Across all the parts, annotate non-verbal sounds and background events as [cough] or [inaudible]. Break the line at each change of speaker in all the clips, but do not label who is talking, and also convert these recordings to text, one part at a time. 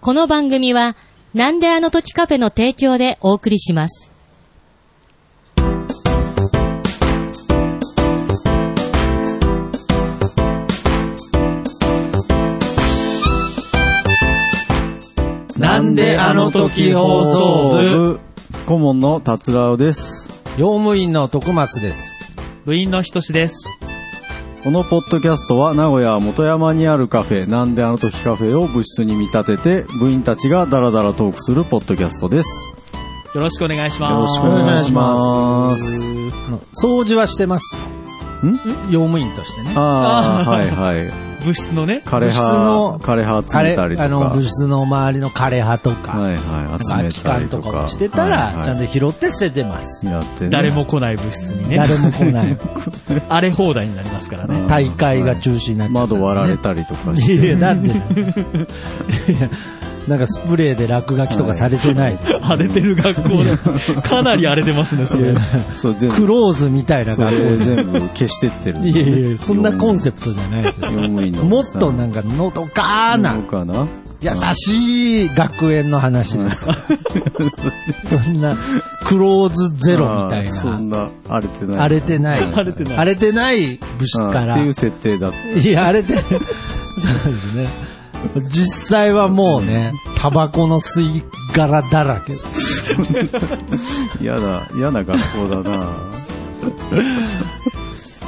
この番組は、なんであの時カフェの提供でお送りします。
なんであの時放送部
顧問の達郎です。
用務員の徳松です。
部員のひとしです。
このポッドキャストは名古屋元山にあるカフェ、なんであの時カフェを部室に見立てて、部員たちがダラダラトークするポッドキャストです。
よろしくお願いし
よろ
ま
し
す。
くお願いします。
あの掃除はしてます。
ん
用務員としてね。
ああ、はいはい。
部室のね、
枯れ葉、枯れ葉集
枯
め
れ
たりと
あ
か。
の、部室の周りの枯れ葉とか、
はいはい、
空
集
き
めた
缶
り
と
と
か
か。
をしてたら、
はいはい
ちゃんと拾って捨ててます。
やってね
誰も来ない部室にね、
誰も
[laughs]
来ない。
荒れ放題になりますからね。
大会が中止になっちゃった、
窓割られたりとかして。
いや、なんでいやなんかスプレーで落書きとかされてない。
荒れてる学校で、かなり荒れてますね、それ。
そう、全
ク
部、
ローズみたいな
そ
感じ。
れ全部消してってるんだね。
いやいや、そんなコンセプトじゃないですよ
用務員の
も
お
っ
じさん。
となんかのどかな
そうかな
優しい学園の話です。 [laughs] そんな、クローズゼロみたい
あーそん
な。
な、荒れてない。
荒れてない。
荒れてない
荒れてない部室か
あーっ
ら。
ていう
い
設定だった。
や、荒れて、 [laughs] そうですね。実際はもうね、タバコの吸い殻だらけです。
嫌だ、嫌な学校だ
[laughs]
な。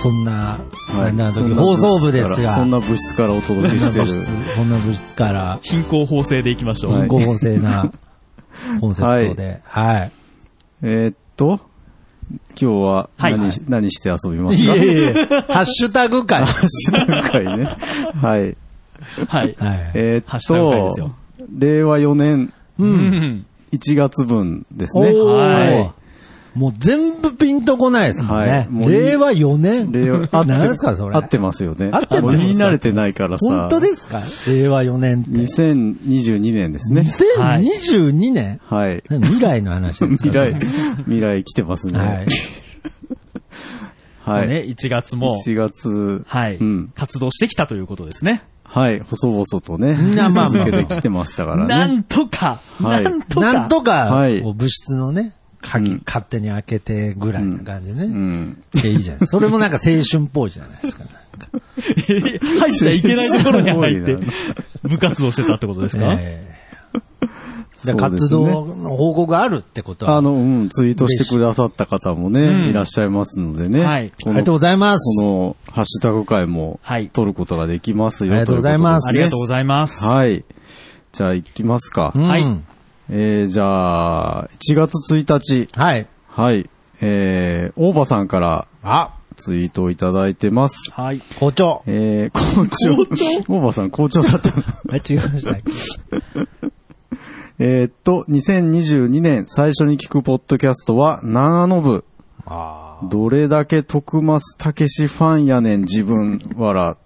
そんな、
はい
なんだ
そんな
放送部です
室から
が、
そ
そ
ん
んな
な物質からお届け
部
して
室
る。、
[laughs] そんな部室から、
貧困法制でいきましょう。
はい
合法性なコンセプトで、はい。
えーっと、今日は何,、
はい
何して遊びます
い
か
えいえ、ハッシュタグ
[laughs]
会。
ハッシュタグ会ね。はい。
はい。
はい。
え
ハッ
ーっ
シュタグ会です
と
よ、
令和4年
うん。
1月分です
お
ね。
ー
は
もう全部ピンとこないですもん
はい
ね。
もういい
令和4年。
令
[laughs]
和、合って
何ですかそれ
合ってますよね。
合ってます
もう言い慣れてないからさ。
本当ですか令和4年って。
2022年ですね。
2022年
はい。
未来の話です
未
かそれ
来、未来来てますね。
はい。
はい。
ね、1月も、
1月、
はい、
うん。
活動してきたということですね。
はい、細々とね、
なまあまあ
続けてきてましたから
な
ね。
んとか、
はい
なんとか、
なんとか
はい、
こう物質のね、
う
鍵
ん
勝手に開けてぐらいな感じ
う
ね。
ん。
でいいじゃない。それもなんか青春っぽいじゃないですか。
入っちゃいけないところに入っ
す
て
ごいな、
部活動してたってことですか、
ええで
そうで
活
すね
動の報告があるってことは。
あ
あ
の、うん、ツイートしてくださった方も
うん
ね、いらっしゃいますのでね。
はい
この
りがとうございます。
この、ハッシュタグ会も
はい、
取ることができますよ。
ありがとうございます
ありがとうございます。
ということではい。じゃあ、行きますか
う。ん
はい
えー、じゃあ、1月1日。
はい。
はい。えー、大場さんから
あ、
ツイートをいただいてます。
はい。
校長。
えー、校長。大場さん校長だった [laughs] の。
あ違いましたっけ
えーっと、2022年最初に聞くポッドキャストは、長野部。
あ
どれだけ徳松たけしファンやねん、自分わら。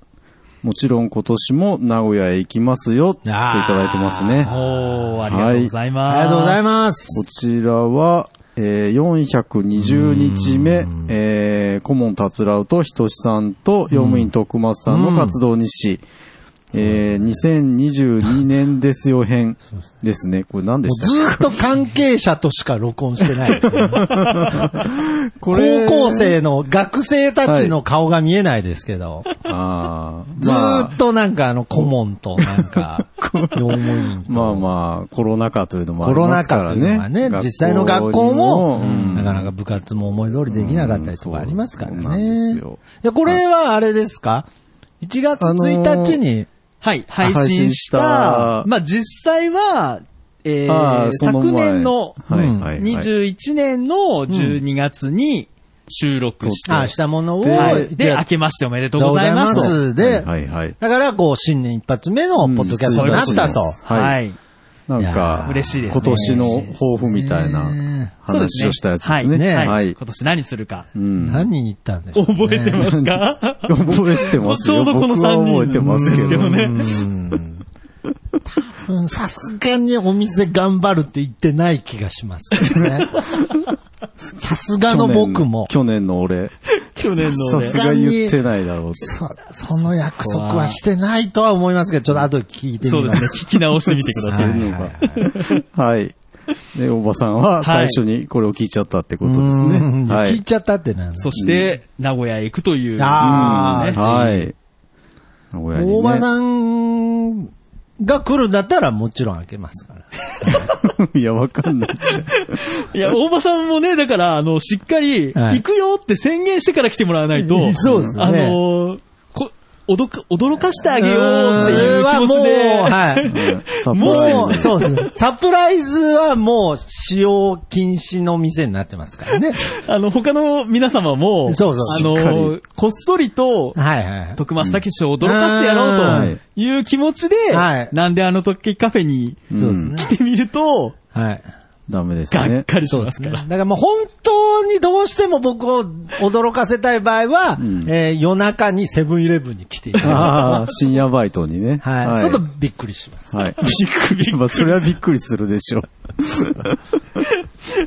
もちろん今年も名古屋へ行きますよっていただいてますね。こ
おー、ありがとうございます。
ありがとうござい
ま
ます。
ちらは、えー420日目、えー、顧問達郎とひとしさんと用務員徳松さんの活動日誌。えー、2022年ですよ編ですね。これ何で
もう
した
ずーっと関係者としか録音し
[laughs]
てないですね、
これ
高校生の学生たちの顔が見えないですけど、
あー
ず
まあ
ーっとなんかあの顧問となん
[laughs]
か、用務員と、
まあまあ、コロナ禍というのもあ
コ
り
ロ
ま
ナ
すか
禍
ら
という
ね。
のはね、
学校に
実際の学校も、
うん
なかなか部活も思い通りできなかったりとかありますから
うんそうなん
ね。
です
い
よ
や、これはあれですか ?1 月1日に、
はい、配信した、
配信した
まあ、実際は、え
あ
ー、
あその
昨
前
年の、
はい
うん
はいはい
21年の12月に収録して、
あ、したものを、
はい、で、
1
明
月
けましておめでとうございます
おめでとうござい
と。
ますで、
はいはい。
だから、こう、新年一発目のポッドキャストになったと。
はい
はい。
なん
いや
か、
ー
嬉しいですね
今年の抱負みたいな
そうですね
話をしたやつですね。
ね
はい。
は
はい
い
今。年何するか。
うん
何人行ったんでしょう、ね。
覚えてますか
[laughs] 覚えてま
[laughs]
す
ちょ
よ。
うどこの
僕は覚え
3
て
人
ますけど。
ね。
うんさすがにお店頑張るって言ってない
[laughs]
気がしますけどね。さすがの僕も。
去年の俺。
去
去年の
さ
ね
す。が言ってないだろうって
そ、その約束はしてないとは思いますけど、ちょっと後で聞いて
そ
み
うで
ます
ね
す。。
聞き直してみてください。
はいはいは
は
い
い。で、おばさんは最初にこれを聞いちゃったってことです
う
ね。
ん
は
聞い
い。
ちゃったってなん
そして、名古屋へ行くという。
あー
はい。名古屋にね
大場さんが来るんだったらもちろん開けますから。
[laughs] いや、わかんないじゃん。
いや、大場さんもね、だから、あの、しっかり、
は
行
い
くよって宣言してから来てもらわないと、
そうですね
あのーこ、驚か、驚かしてあげようっていう気持ちで、
は
サプ
もう、
ライズ
はい。もう、そうですね。サプライズはもう使用禁止の店になってますからね。
[laughs] あの、他の皆様も、
そうそう
あ
しっ
のーこっそりと、
はいはい。
徳松武史を驚かしてやろうという気持ちで、
はい
なんであの時カフェに
そうですね。
来てみると、
はい。
ダメです
がっ
ね。
かりし
そう
ま
ですす
か
ね。
ら。
だからもう本当にどうしても僕を驚かせたい場合は、
ん
えー夜中にセブンイレブンに来ていただく。
ああ、深夜バイトにね。
はい。ちょっとびっくりします。
はい。びっくり。まあ、それはびっくりするでしょう。
[laughs]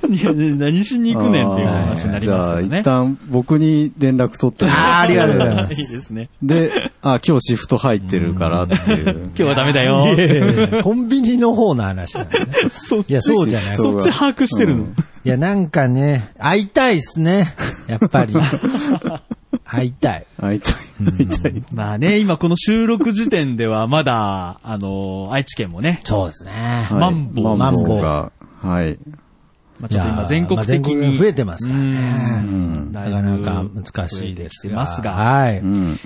いやね何しに行くねんっていう話になりますから
じゃあ、
ね
一。旦僕に連絡取ってもらって
あーありがとうございま
[laughs]
す
いいですね。
で、あ、今日シフト入ってるからっていう
今。日はダメだよ。
コンビニの方の話なんでね。
そう
いや、そうじゃない。
そう
そっち把握してるの。
うん
いや、なんかね、会いたいっすね。やっ [laughs] ぱり。会いたい。
会いたい。会いたい。
まあね、今この収録時点ではまだ、あのー愛知県もね、
そうですね。
はい
マンボウ
マンボウが。はい。
まあ、
い
ちょっ
や
と
ー
今全国的
まあ全
に。
国増えてますから
う
ね。
うん。
なかなか難しいですが。
ますが、
はい。
うん。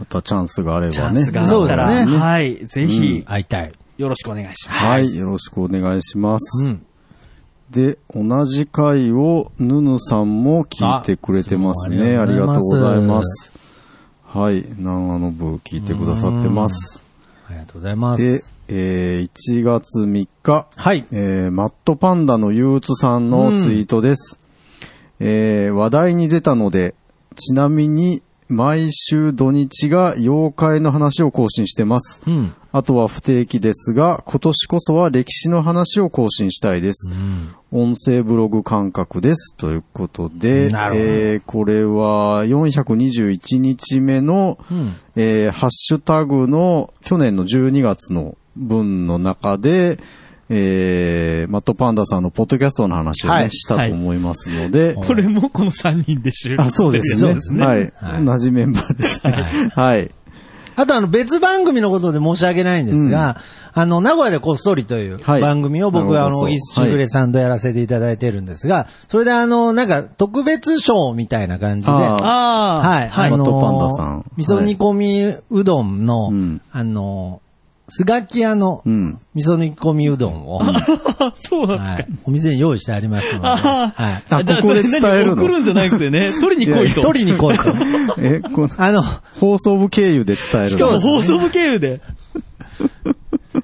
またチャンスがあればね。
チャンスが
そ
あ
う
った
だ
ら、
ね
はい、ぜひ、
会いたい。
よろしくお願いします。
はい。よろしくお願いします。
うん
で、同じ回をヌヌさんも聞いてくれてますね。
あ
あ
り
り
が
が
と
と
う
うご
ござ
ざ
い
い
ま
ます。はい。長野部聞いてくださってます。
ありがとうございます。
で、えー1月3日、
はい。
えーマットパンダの憂鬱さんのツイートです。えー話題に出たので、ちなみに毎週土日が妖怪の話を更新してます。
うん。
あとは不定期ですが、今年こそは歴史の話を更新したいです。音声ブログ感覚です。ということで、
なるほど
えーこれは421日目の、
うん。
えーハッシュタグの去年の12月の文の中で、えーマットパンダさんのポッドキャストの話をね、
はい
したと思いますので、
これもこの3人で収録
[laughs] あ、そうですね。はい。
はい
同じメンバーですね。はい。
あとあの別番組のことで申し訳ないんですが、あの、名古屋でこっそりという
はい
番組を僕はあ
なる
の、
ほど
小木しぐれさんとやらせていただいてるんですが、それであの、なんか特別賞みたいな感じで、
あ
ああ、
はい、
はい
あの
マットパンダさん
味噌煮込みうどんの、
うん
あの、スガキ屋の
うん。
味噌煮込みうど
[laughs]
んを、
そうなんです
は
か。
い、お店に用意してありますので、はい。
あ
じゃあ
ここで伝えるの
何送るんじゃなくてね、取りに来いと。
取りに来
[laughs]
いと。
え、この、
あの、
放送部経由で伝える
今日
の。
放送部経由で。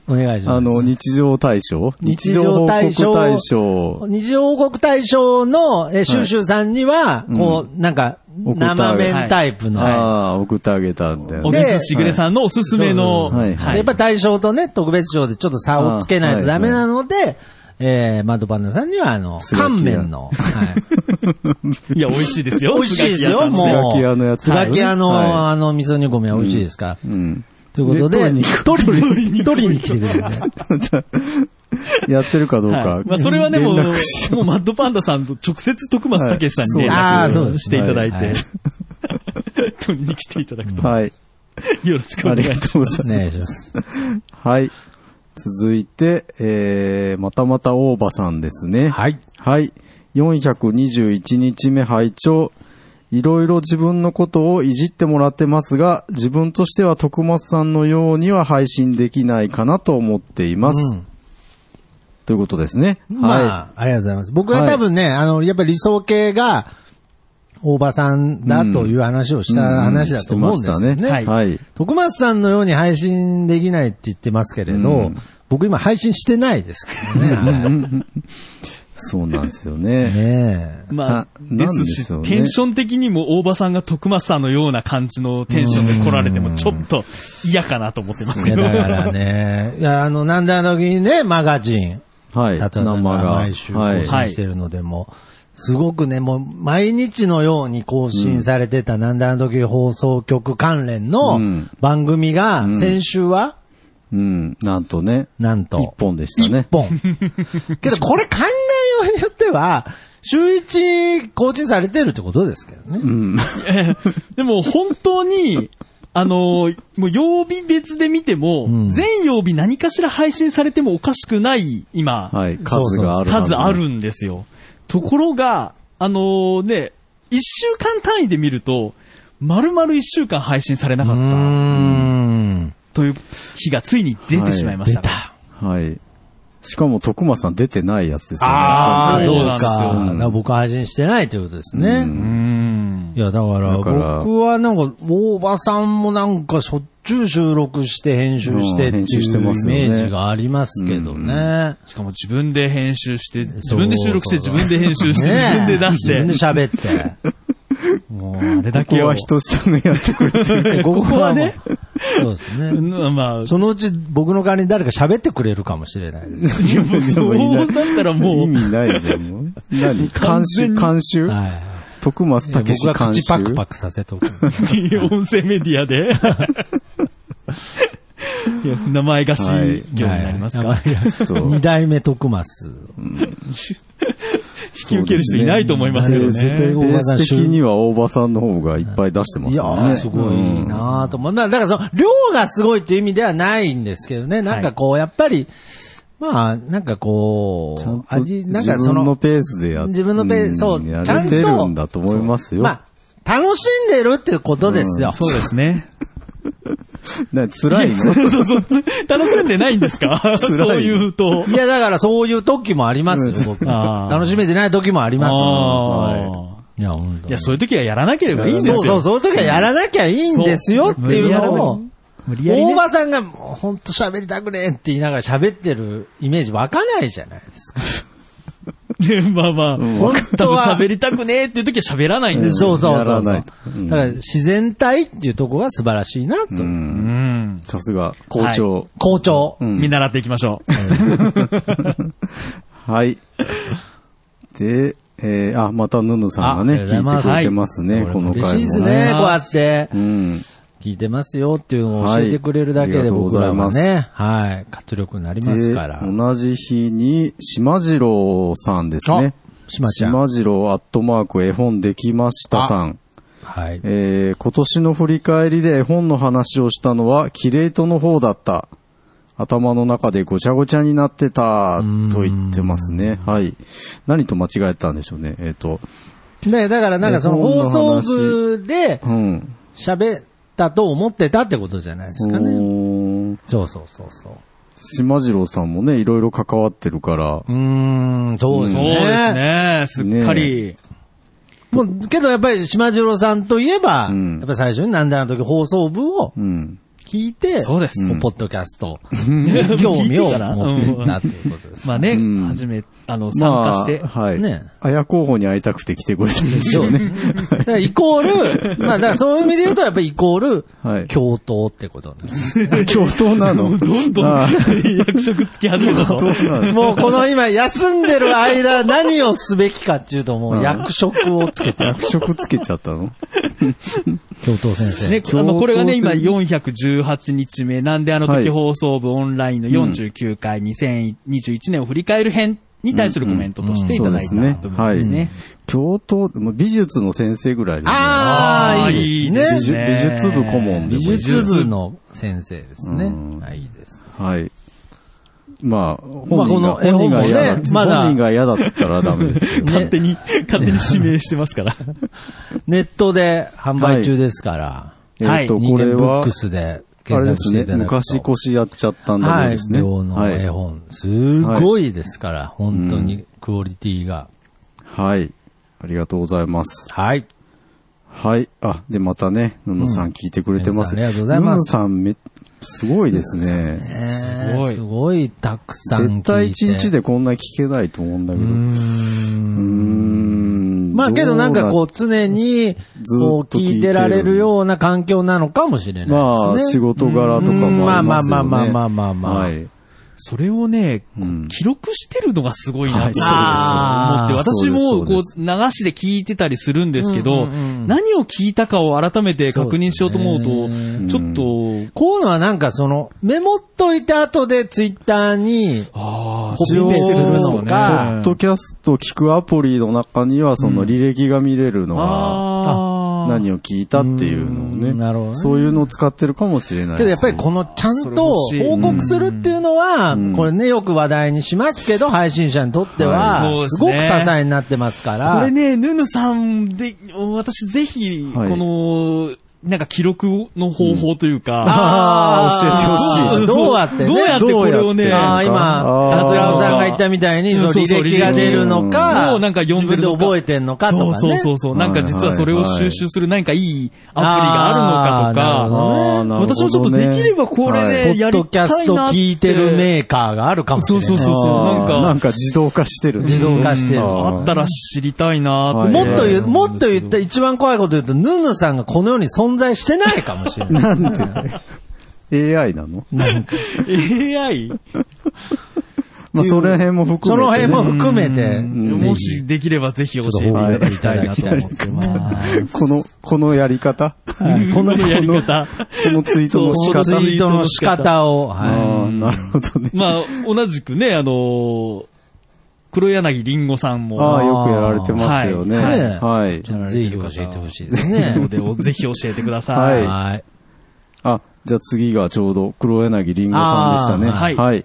お願いします。
あの、日常大賞
日常大
日
賞
常報告大賞。
二次王国大賞の、えー、シュウシュウさんには、こう、なんか、
送ってあげる
生麺タイプの。
ああ、送ってあげたんだよ
お
ね。
で
水しぐれさんのおすすめの、
はい
でやっぱ大賞とね、特別賞でちょっと差をつけないとダメなので、えー、マドパンダさんには、あの、
すごい
乾麺
[laughs]
の、はい
いや、美味しいですよ。
美味しいですよ、
菅木屋さん
も
スガ
う。
キ屋のやつ
スガキ屋の、
は
あの、味噌煮込みは美味しいですから。
うん。
ということで、
で取りに
取りに、取りに来てくれる
[laughs]
ね。
やってるかどう
は
か
い。まあ、それはね、もう、も
連
う
絡して
マッドパンダさんと直接徳松武さんにね、
はいそうですあーそうです
していただい
はい
[laughs] て、取りに来ていただくと、
はい。
よろしくお
あ
願い
り
し
が
ます。
とうござい
お
ます。
願いします。
はい。続いて、えー、またまた大場さんですね。
はい。
はい。421日目拝聴いろいろ自分のことをいじってもらってますが、自分としては徳松さんのようには配信できないかなと思っています。
うん
ということですね。は
まあ、ありがとうございます。僕は多分ね、あの、やっぱり理想系が、大場さんだという話を
い。
した話だと思うんですよね。
してましたねはい。
徳松さんのように配信できないって言ってますけれど、
うん
僕今配信してないですけどね。
そうなんですよね。
ねえ。
まあ
あ、
で
なん
す
で
し
しょうね
テンション的にも大場さんが徳松さんのような感じのテンションで来られても、ちょっと嫌かなと思ってます
い
け
や
ど。
だから
[laughs]
ね、いや、あの、なんであの時にね、マガジン、
はい。
達也さんが毎週更
はい。
新してるのでも、すごくね、もう毎日のように更新されてた、なんであの時放送局関連の
うん
番組が、先週は、
うん。なんとね。
なんと。
一本でしたね
一本。 [laughs] けどこれ観覧用によっては、週一更新されてるってことですけどね。
うん。
でも本当に、あのーもう曜日別で見ても、
ん
全曜日何かしら配信されてもおかしくない、今、
はい。数があるはず。
数あるんですよ。ところが、あのーね、一週間単位で見ると、丸々一週間配信されなか
うー
った
ん。
という日がついに出てしまいましたから。
はい。しかも、徳間さん出てないやつですよね。
あー
放送
そう
局
なんですよ
だから僕配信してないということです
う
ね。
ん
うん
いや、だから、
だから
僕はなんか、大場さんもなんかしょっちゅう収録して編集し
うん
てっていう
編集して
イ
ますよね
メージがありますけどね。
しかも自分で編集して、自分で収録して、自分で編集して、
ね
自分で出
自分で
して。
喋って。
もう、あれだ
こ
け
こ
を
は人下のやってくれてる。
[laughs]
で
ここはね
もう。そうですね。
うんまあ、
そのうち僕の代わりに誰か喋ってくれるかもしれないです。
いやもう
でもい
そ
ないう
だったらもう
意味ないじゃん、もう。何監
完全
修
に
監修
はい。
徳松武
僕
史
は
監
口
修
パクパクさせ [laughs] とく。
音声メディアで。いや名前がし
はい
業になりますから。
そう
二代目徳増。
引き受ける人いないと思いますけど
そうです
ね。
ねベース的には大場さんの方がいっぱい出してま
い
す
や
よね。
ー、すごいいいなーと思う。まあ、だからその、量がすごいっていう意味ではないんですけどね。なんかこう、やっぱり、まあ、なんかこ
ちゃん
う
と、
味、なんか
自
そ
分の
の、
ペースでや
自分のペース、そ
ん
う、
や
ちゃ
れ
ん
てる
と、
んだと思いますよ。
まあ、楽しんでるっていうことですよ。
そうですね。
ね辛いの
そうそうそう楽しんでないんですかそういうと。
いや、だからそういう時もありますよ、僕。
あー
楽しめてない時もあります
あ
よ。
ー
いや、本当
いや、そういう時はやらなければいいんです
そうそう、
よ。
そういう時はやらなきゃいいんですよっていうのを、
無理やりね
大場さんが、もうほんと喋りたくねえって言いながら喋ってるイメージ湧かないじゃないですか。
ねまあまあ、
本
多
当
分
は。
喋りたくねえっていう時は喋らないんです
そうそうそう
や
そ
ら
う。
な
だ
い
か
と
ら自然体っていうとこが素晴らしいなと。
うん
うん。
さすが、校長。
校長。
うん
見習っていきましょう。
はい。で、えーあ、またヌヌさんがね、
あ
聞いてくれてますね、この回も
嬉しいです
ね。
ね、こうやって
う。ん。
聞いてますよっていうのを教えてくれるだけ
はいありが
で
とうご
僕
ざ
ら
い
は
ます
ね、はい、活力になります
で
から。
同じ日に、島次郎さんですね。
あ島ちゃん
島次郎アットマーク絵本できましたさん。
はい。
えー今年の振り返りで絵本の話をしたのは、キレイトの方だった。頭の中でごちゃごちゃになってた、と言ってますね。はい。何と間違えたんでしょうね。えっ、と、
で、だからなんかその
絵本の
放
話
送部で
うん。
喋ったと思ってたってことじゃないですかね。
おー
そうそうそうそう。
島次郎さんもね、いろいろ関わってるから
う、ーん、そうです
そう
ね。
ですね。すっかり。
もう、けどやっぱり島次郎さんといえば、
うん
やっぱり最初になんであの時放送部を
うん。
聞いて、
そうです
こポッドキャス [laughs] トに興味を持ってたということです。
まあね、
うん
初め、あの、参加して
ま。あ、はい。
ね
綾候補に会いたくて来てくれたんですよね。
だからイコ [laughs] ール、まあだからそういう意味で言うとやっぱりイコール、
[laughs] はい。
共闘ってことなんです。
[laughs] 共闘な
も
の
[laughs] うどんどん
あー
役職つき始めたぞ。
共闘なの
もうこの今休んでる間何をすべきかっていうともう役職をつけ [laughs] て、
役職つけちゃった
[laughs]
の
共闘先
ね、
生。
あの、これがね、今
共
418日目、なんであの
は
時
い
放送部オンラインの49回2021年を振り返る編に対するコメントとしていただいた
うんうんうん
部分ですね。
教頭、もう美術の先生ぐらいで、ね。
ああ、いいです
美
ね。
術美術部顧問でも
美
いいです
術部の先生ですね
うん。
あいいです。
はい。まあ、本人
まあ
が、
この絵
本人
本も
が
ね
嫌だっ
まだ
本人が嫌だって言ったらダメですけど。
[laughs] ね
勝手に、勝手に指名してますから。
ネットで販売中ですから、
はい
えっと、
人
こ
間
れ
ブッ
は
ク、スで
あれ
検
で
索し
す
てい
ね。
ただくと。
昔腰やっちゃったんだも
は
ん
い
ですね。
量の絵本、すごいですから、本当にクオリティが。
はい。はい。ありがとうございます。
はい。
はい。あ、で、またね、ののさん聞いてくれてます。
うんののさんありがとうございます
ののさんめ、すごいですね。
す
ごい
すごいたくさん聞いて。
絶対一日。でこんな聞けないと思うんだけど。うん
まあけどなんかこう常に、
ず
こ
っ
う
と
聞
聞
い
い
て
てる
られるような環境なのかもしれないですね。
まあ、仕事柄とかもありますよね。
うんまあまあまあまあまあまあまあ
はい。
それをね、こう
うん
記録してるのがすごい
は
ないと
そう
思っ
で
て、
す
私
そ
も
うで
こう
すそう
流しで聞いてたりするんですけど、
うんうんうん
何を聞いたかを改めて確認しようと思うと、
そうです
ね
ちょっと、
こういうのはなんかその、メモっといて後でツイッターに、
ああ、
コピペするの
ポ
か
ッドキャスト聞くアプリの中には、その履歴が見れるのは、
あー
何を聞いたっていうのを
う
ね。
んなるほどね
そういうのを使ってるかもしれない
け
です
ど
ね。
やっぱりこのちゃんと
それ欲しい
報告するっていうのは、
うん
これね、よく話題にしますけど、配信者にとって
はいそう
は、
ですすね
ごく支えになってますから。
これね、ヌヌさんで、私ぜひ、
はい
この、なんか記録の方法というか、
あー
あー
教えてほし
い
どうやってね。
どうやってこれをね
ああ、今、
あー
達郎さんが言ったみたいに、その
そう
履
そう
歴が出るのか、
をなんか読
自
んでる
分で
のか
覚えてんのかとか
そ
ね。
うそうそうそう、なんか実はそれを収集する何かいいアプリがあるのかとか、
あーなるほどね
私もちょっとできればこれ
は
で
い
ポ
や
ッ
り
ドキ
たいな
ャ
って。
スト聞いてるメーカーがあるかもしれない。
そうそうそう
あー
なんか
なんか自動化してる。
自動化してる
あったら知りたいなと思
も
っ。
ってと言う、もっと言った、一番怖いこと言うと、ヌヌさんがこの世に存在してないかもしれ [laughs] ない。
なんで AI なの
AI?
まあ、その辺も含
そ
めて、ね。
の辺も含めて、
ん
もしできればぜひ教えていただきたいなと思ってます。
この、このやり方。
はい
こ
こ
の
の
やり方。
このツイートの仕
ツ
方。
イートの仕方を、は
ああ、なるほどね。
まあ、同じくね、あのー黒柳りんごさんも、
あ
な
あ、よくやられてますよね。
はい
はい。
い。ちょっとぜひ教えてほしいですね
の。で、おぜひ教えてください。
はい
はい。
あ、じゃあ次がちょうど黒柳りんごさんでしたね。
あ
ー
は
はい
い。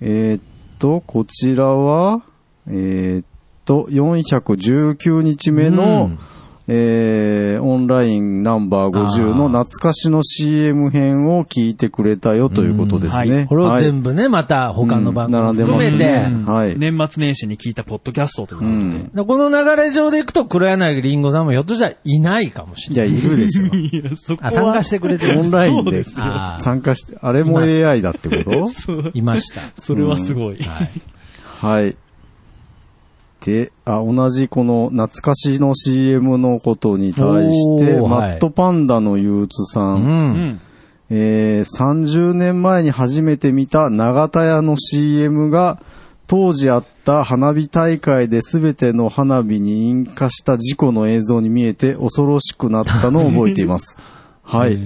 えーっと、こちらは、えーっと、419日目の、
うん
えーオンラインナンバー50の懐かしの CM 編を聞いてくれたよということで
う
す
んは
ね。
い
これを
部
全部ね、また他の番
うん
組
並んで
含
ます
め
ね
て、
うん
はい
年末年始に聞いたポッドキャストということで。
うん
でこの流れ上でいくと黒柳りんごさんもひょっとしたらいないかもしれ
いや、
な
[laughs]
い。
いるでしょ。
いや、そこは
あ、参加してくれてる
オンライ
そ
ン
うで
です
よ
参加して、あれも AI だってこと
そう [laughs]
いました。
それはすごい。
はい。
はい。で、あ、同じこの懐かしの CM のことに対して、
おー
マ
はい
ットパンダの憂鬱さ、
う
う
ん。
んん。
えー30年前に初めて見た長田屋の CM が、当時あった花火大会で全ての花火に引火した事故の映像に見えて恐ろしくなったのを覚えています。はい。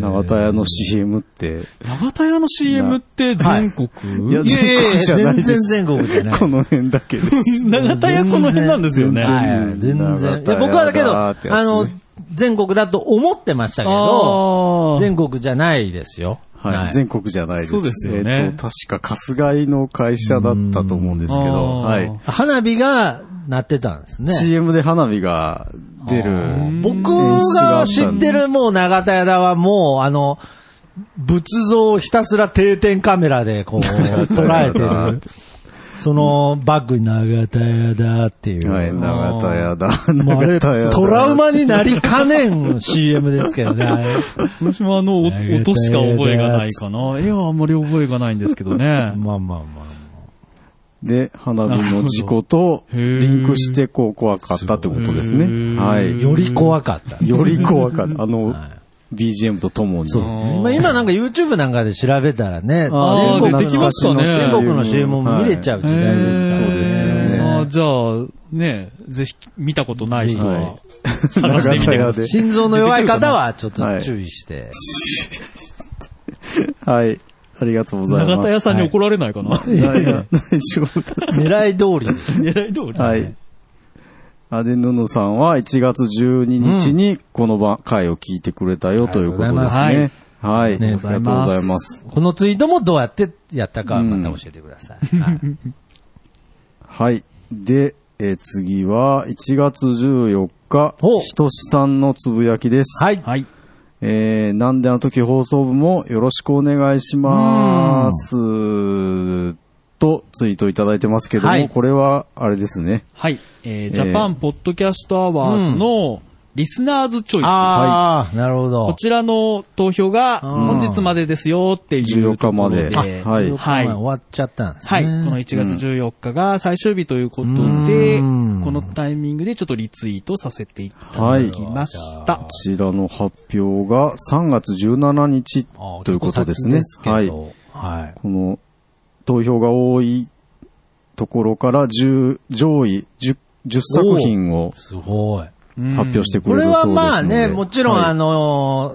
長田屋の CM って、
長田屋の CM って全国
いや
いやいやいや、
全国じゃない
全
です
然全国じゃない。
この辺だけです。
長田屋この辺なんですよね。
はいはい、全
長田屋
然。いや僕はだけど、
だー
あ
ってやつね
の、全国だと思ってましたけど、
あー
全国じゃないですよ。
はい。全国じゃないです。
そうですよね
えっ、と、確か、春日井の会社だったと思うんですけど、
うん
は
あ
い。
花火が鳴ってたんですね。
CM で花火が出る。
僕が知ってるもう長田屋だはもう、あの、仏像をひたすら定点カメ
[laughs]
ラでこう、捉えてる。そのバッグに長田屋だっていう。
はい、長田屋だ。
もうあ
長
れ、
田屋だ。
トラウマになりかねん CM ですけどね。あれ
私もあの、お音しか覚えがないかな。絵はあんまり覚えがないんですけどね。
まあまあまあ。
で、花火の事故と
なるほどへー
リンクして、こう、怖かったってことです
へー
ね。はい。
より怖かった。
より怖かった。あの
は、
BGM とともに。
そうですね。まあ今なんか YouTube なんかで調べたらね、
あー
全国
出てきま
の、
すかね
全国の CM も見れちゃう時代ですからね。
そうですよね
あーじゃあ、ね、ぜひ見たことない人は
は、
探してみてください。
で
心臓の弱い方はちょっと注意して。
はい。ありがとうございます。
長田屋さんに怒られないかな。
いやいや大丈夫だ
狙い通りです。
[laughs] 狙い通り。
はい。アデヌヌさんは1月12日にこの番回を聞いてくれたよということですね。
ありがとうござい
はい。あり
ね
がとうございます。
このツイートもどうやってやったかはまた教えてくださ
[laughs]
い。はい
はい。で、えー次は1月14日
お、
ひとしさんのつぶやきです。
はい。
はい。
えー、なんであの時放送部もよろしくお願いします。とツイートいただいてますけども、
はい
これはあれですね。
はい。えー、ジャパンポッドキャストアワーズのリスナーズチョイス。
ああ、なるほ
こ
ど。
ちらの投票が本日までですよっていう
14日まで
ところ
あはい
はい。
終わっちゃったんです
は
ね。
い。この1月14日が最終日ということで、
うん
このタイミングでちょっとリツイートさせていただきました。
こちらの発表が3月17日
あー
ということですね。
結構先
はい
け。どはい。
この、投票が多いところから10上位 10, 10作品を
すごい。
発表してく
こ
れる
れ
そうです
は
ので。
まあね、もちろん
はい
あの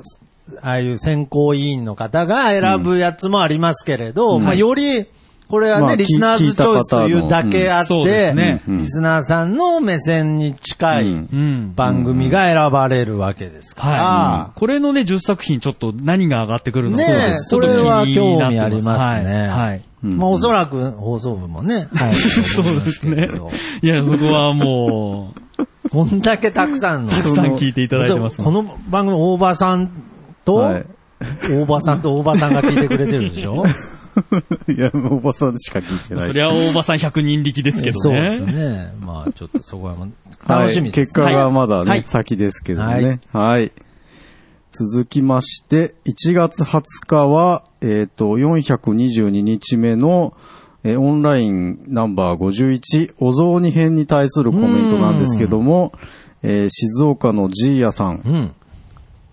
ーああいう選考委員の方が選ぶやつもありますけれど、
うん
まあより、これはね、
まあ
リスナーズチョイスというだけあっ
聞いた方のうんそうで
て、
すね
うん
リスナーさんの目線に近
う
い
ん
うん。
番組が選ばれるわけですから、
はい。これのね、10作品、ちょっと何が上がってくるのか、
ねえ
ちょっと気になって
これは興味ありますね
はい。はい
うん
まあおそらく放送部もね、はい、
そうですね。いや、そこはもう、
こんだけたくさんの。
たくさん聞いていただいてますね
この番組、大場さんと、
はい
大場さんと大場さんが聞いてくれてるで
[laughs]
しょ
いや、もうおばさんしか聞いてない
そりゃ大場さん100人力ですけど
そうで
ね。
すね。まあちょっとそこはもう
はい
楽しみで
結
す。
果がまだね、
はい
先ですけど
は
ね
い。
はい。続きまして、1月20日は、えっ、と、422日目の、えーオンラインナンバー51、お雑煮編に対するコメントなんですけども、えー静岡のジーヤさん
うん。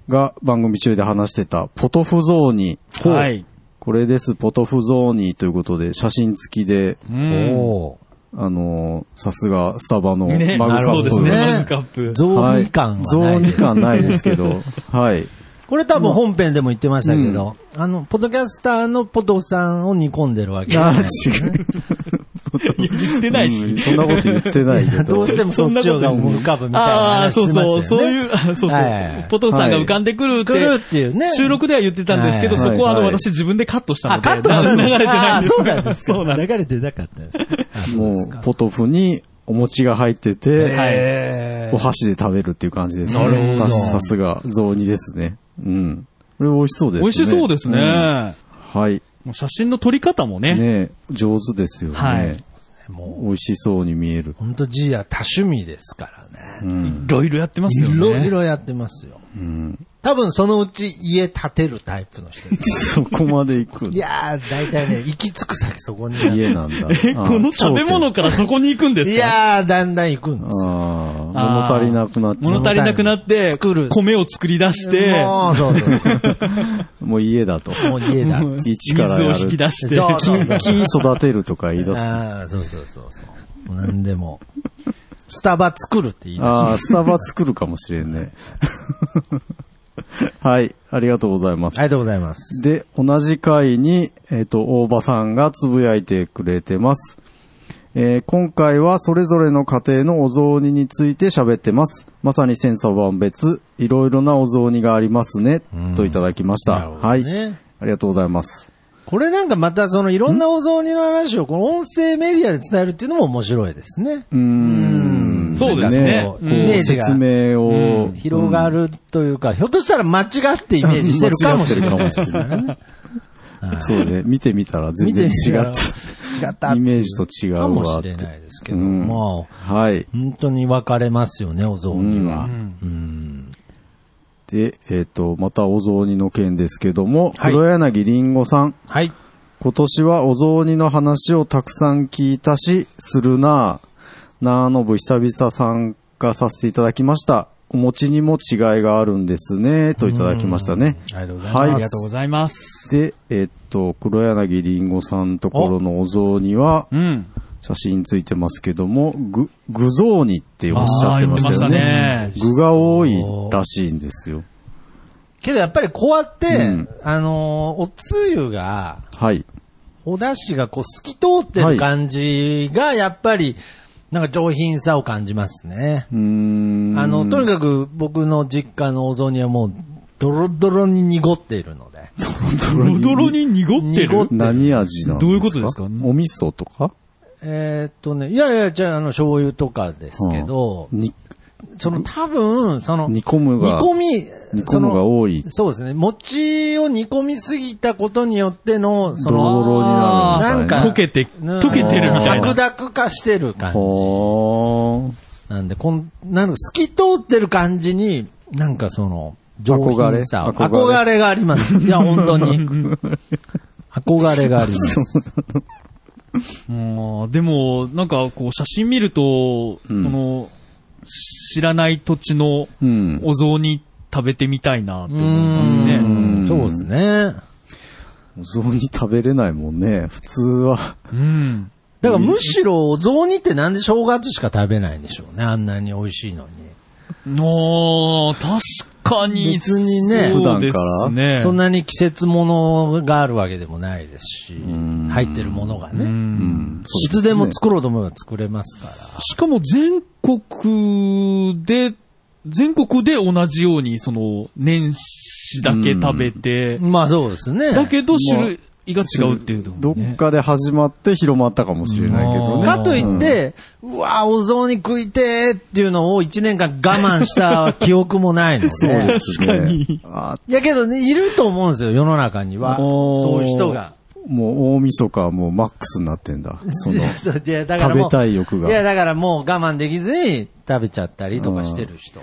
が番組中で話してた、ポトフ雑煮。
はい。
これです、ポトフ雑煮ということで、写真付きで、
うん
お
あのーさすがスタバのマグ
ね、
カ
る
そう
ッ
ほ
で
プ
すね、
ね
マグカップ
ー。雑煮感はない、
はい、雑煮感ないですけど。はい。
これ多分本編でも言ってましたけど、あの、ポッドキャスターのポトフさんを煮込んでるわけじゃない
う。
言ってないし。
[laughs] うんそんなこと言ってないけ
[laughs] ど
ど
う。してもそっちが思い浮かぶみたいな
ああー、
話
そう
してました
そう、
よね。
そういう、あそうそう
はい。
ポトフさんが浮かんでくるって、
来るっていうね。
収録では言ってたんですけど、
はい
そこはあの、
はい
私自分でカットしたの
あ、
で、
カットした
流れてないんです
あそうなんですか。
そうなんで
流れてなかったです。
もう、ポトフにお餅が入ってて、
え
お箸で食べるっていう感じですね。
なるほど
ささすが、雑煮ですね。うん。これ美味しそうです
す。
ね。
美味しそうですね。
んはい。
もう写真の撮り方もね。
ね上手ですよ
は
ね
い。
もう、
美味しそうに見える。
本当ジーヤ多趣味ですからね。
いろいろやってますよね。
いろいろやってますよ。多分そのうち家建てるタイプの人です。
そこまで行く
いやー、大体ね、行き着く先そこに。
家なんだ。
え、この食べ物からそこに行くんです
い
か
やー、だんだん行くんですよ。
あ
あ
あ、
ー
物足りなくなっちゃ
物足りなくなって、
作る
米を作り出して、
もう、そうそう。
う。もう家だと。
もう家だ。
一からやる。
水を引き出して、
そう
木木育てるとか言い出す。
ああ、そうそうそうそう。もう何でも。スタバ作るって言い出し
ああ、スタバ作るかもしれんね。 [laughs] はい、ありがとうございます。
ありがとうございます。
で、同じ回に、えっ、と、大場さんがつぶやいてくれてます。えー今回はそれぞれの家庭のお雑煮について喋ってます。まさに千差万別、いろいろなお雑煮がありますね、といただきました。は
ないるほど。ね
ありがとうございます。
これなんかまたそのいろんなお雑煮の話をこの音声メディアで伝えるっていうのも面白いですね。
うーん。
そうですね
こう
イ
メージが
説明を、
広がるというか、ひょっとしたら間違って
[laughs]
イメージしてるかもしれない。
間違ってるかもしれない。
[laughs]
そうね。見てみたら全然違った。
違ったっていう
イメージと違うわ
かもしれないですけど、
うん
もう
はい。
本当に分かれますよね、お雑煮は。
で、えっ、と、またお雑煮の件ですけども、
はい
黒柳りんごさん。
はい。
今年はお雑煮の話をたくさん聞いたし、するなぁ。なあのぶ久々参加させていただきました。お餅にも違いがあるんですね、といただきましたね。
ありがとうござい
は
ま
い
ありがとうございます。
で、えっ、と、黒柳りんごさんところのお雑煮は、
うん。
写真ついてますけども、ぐ、具雑煮っておっし
あ
ゃっ
あ、
て
言っ
ま
てま
し
したた
よね
ね。。
具が多いらしいんですよ。
す。けどやっぱりこうやって、
うん
あのー、おつゆが、
はい。
お出汁がこう透き通ってる感じが、やっぱり、なんか上品さを感じますね。
うーん。
あの、とにかく僕の実家のお雑煮はもう、ドロドロに濁っている
[laughs]
ので。
ド
ロドロに濁って
濁っ
る
て。
何味なんですか
どういうことですか
お味噌とか
えーっとね、いやいや、じゃあ、あの、醤油とかですけど、
に
その多分、その、
煮込むが、
煮込み、
煮込むが多い
その。そうですね。餅を煮込みすぎたことによっての、そ
ドロド
の、
ロになる
な
み
ん
た
か、
い
溶けて
うん
溶けてるみたいな
白濁化してる感じ。
ほー。
なんで、こん、なんか透き通ってる感じに、なんかその、上品さを
憧
憧
れ
れがあり
[laughs]
ます。いや、本当に。憧れがあります。
うんでも、なんかこう写真見ると、
ん
この、知らない土地の
[laughs] うん。
お雑煮食べてみたいなって思いますね。
うんそうですね。
お雑煮食べれないもんね。普通は。
うん。
だからむしろ、お雑煮ってなんで正月しか食べないんでしょうね。あんなに美味しいのに。
おー、確かに。
別にね
そうですね。
そんなに季節物があるわけでもないですし、
ん
入ってるものが
う。
ね。
うんん。
いつでも作ろうと思えば作れますから。
しかも全国で、全国で同じように、その、年始だけ食べて、
まあそうですね。
だけど種類が違うっていうとこ
ど
ろね、
っかで始まって広まったかもしれないけどね。
かといって、うわーお雑煮食いてーっていうのを1年間我慢した記憶もないの
そう
で。
ですね。
確かに
あ
いやけどね、いると思うんですよ、世の中には。
おー
そういう人が。
もう大晦日はもうマックスになってんだ。その、
そういやだから
食
も
べ
う
たい欲
い
が。
や、だからもう我慢できずに食べちゃったりとかしてる人。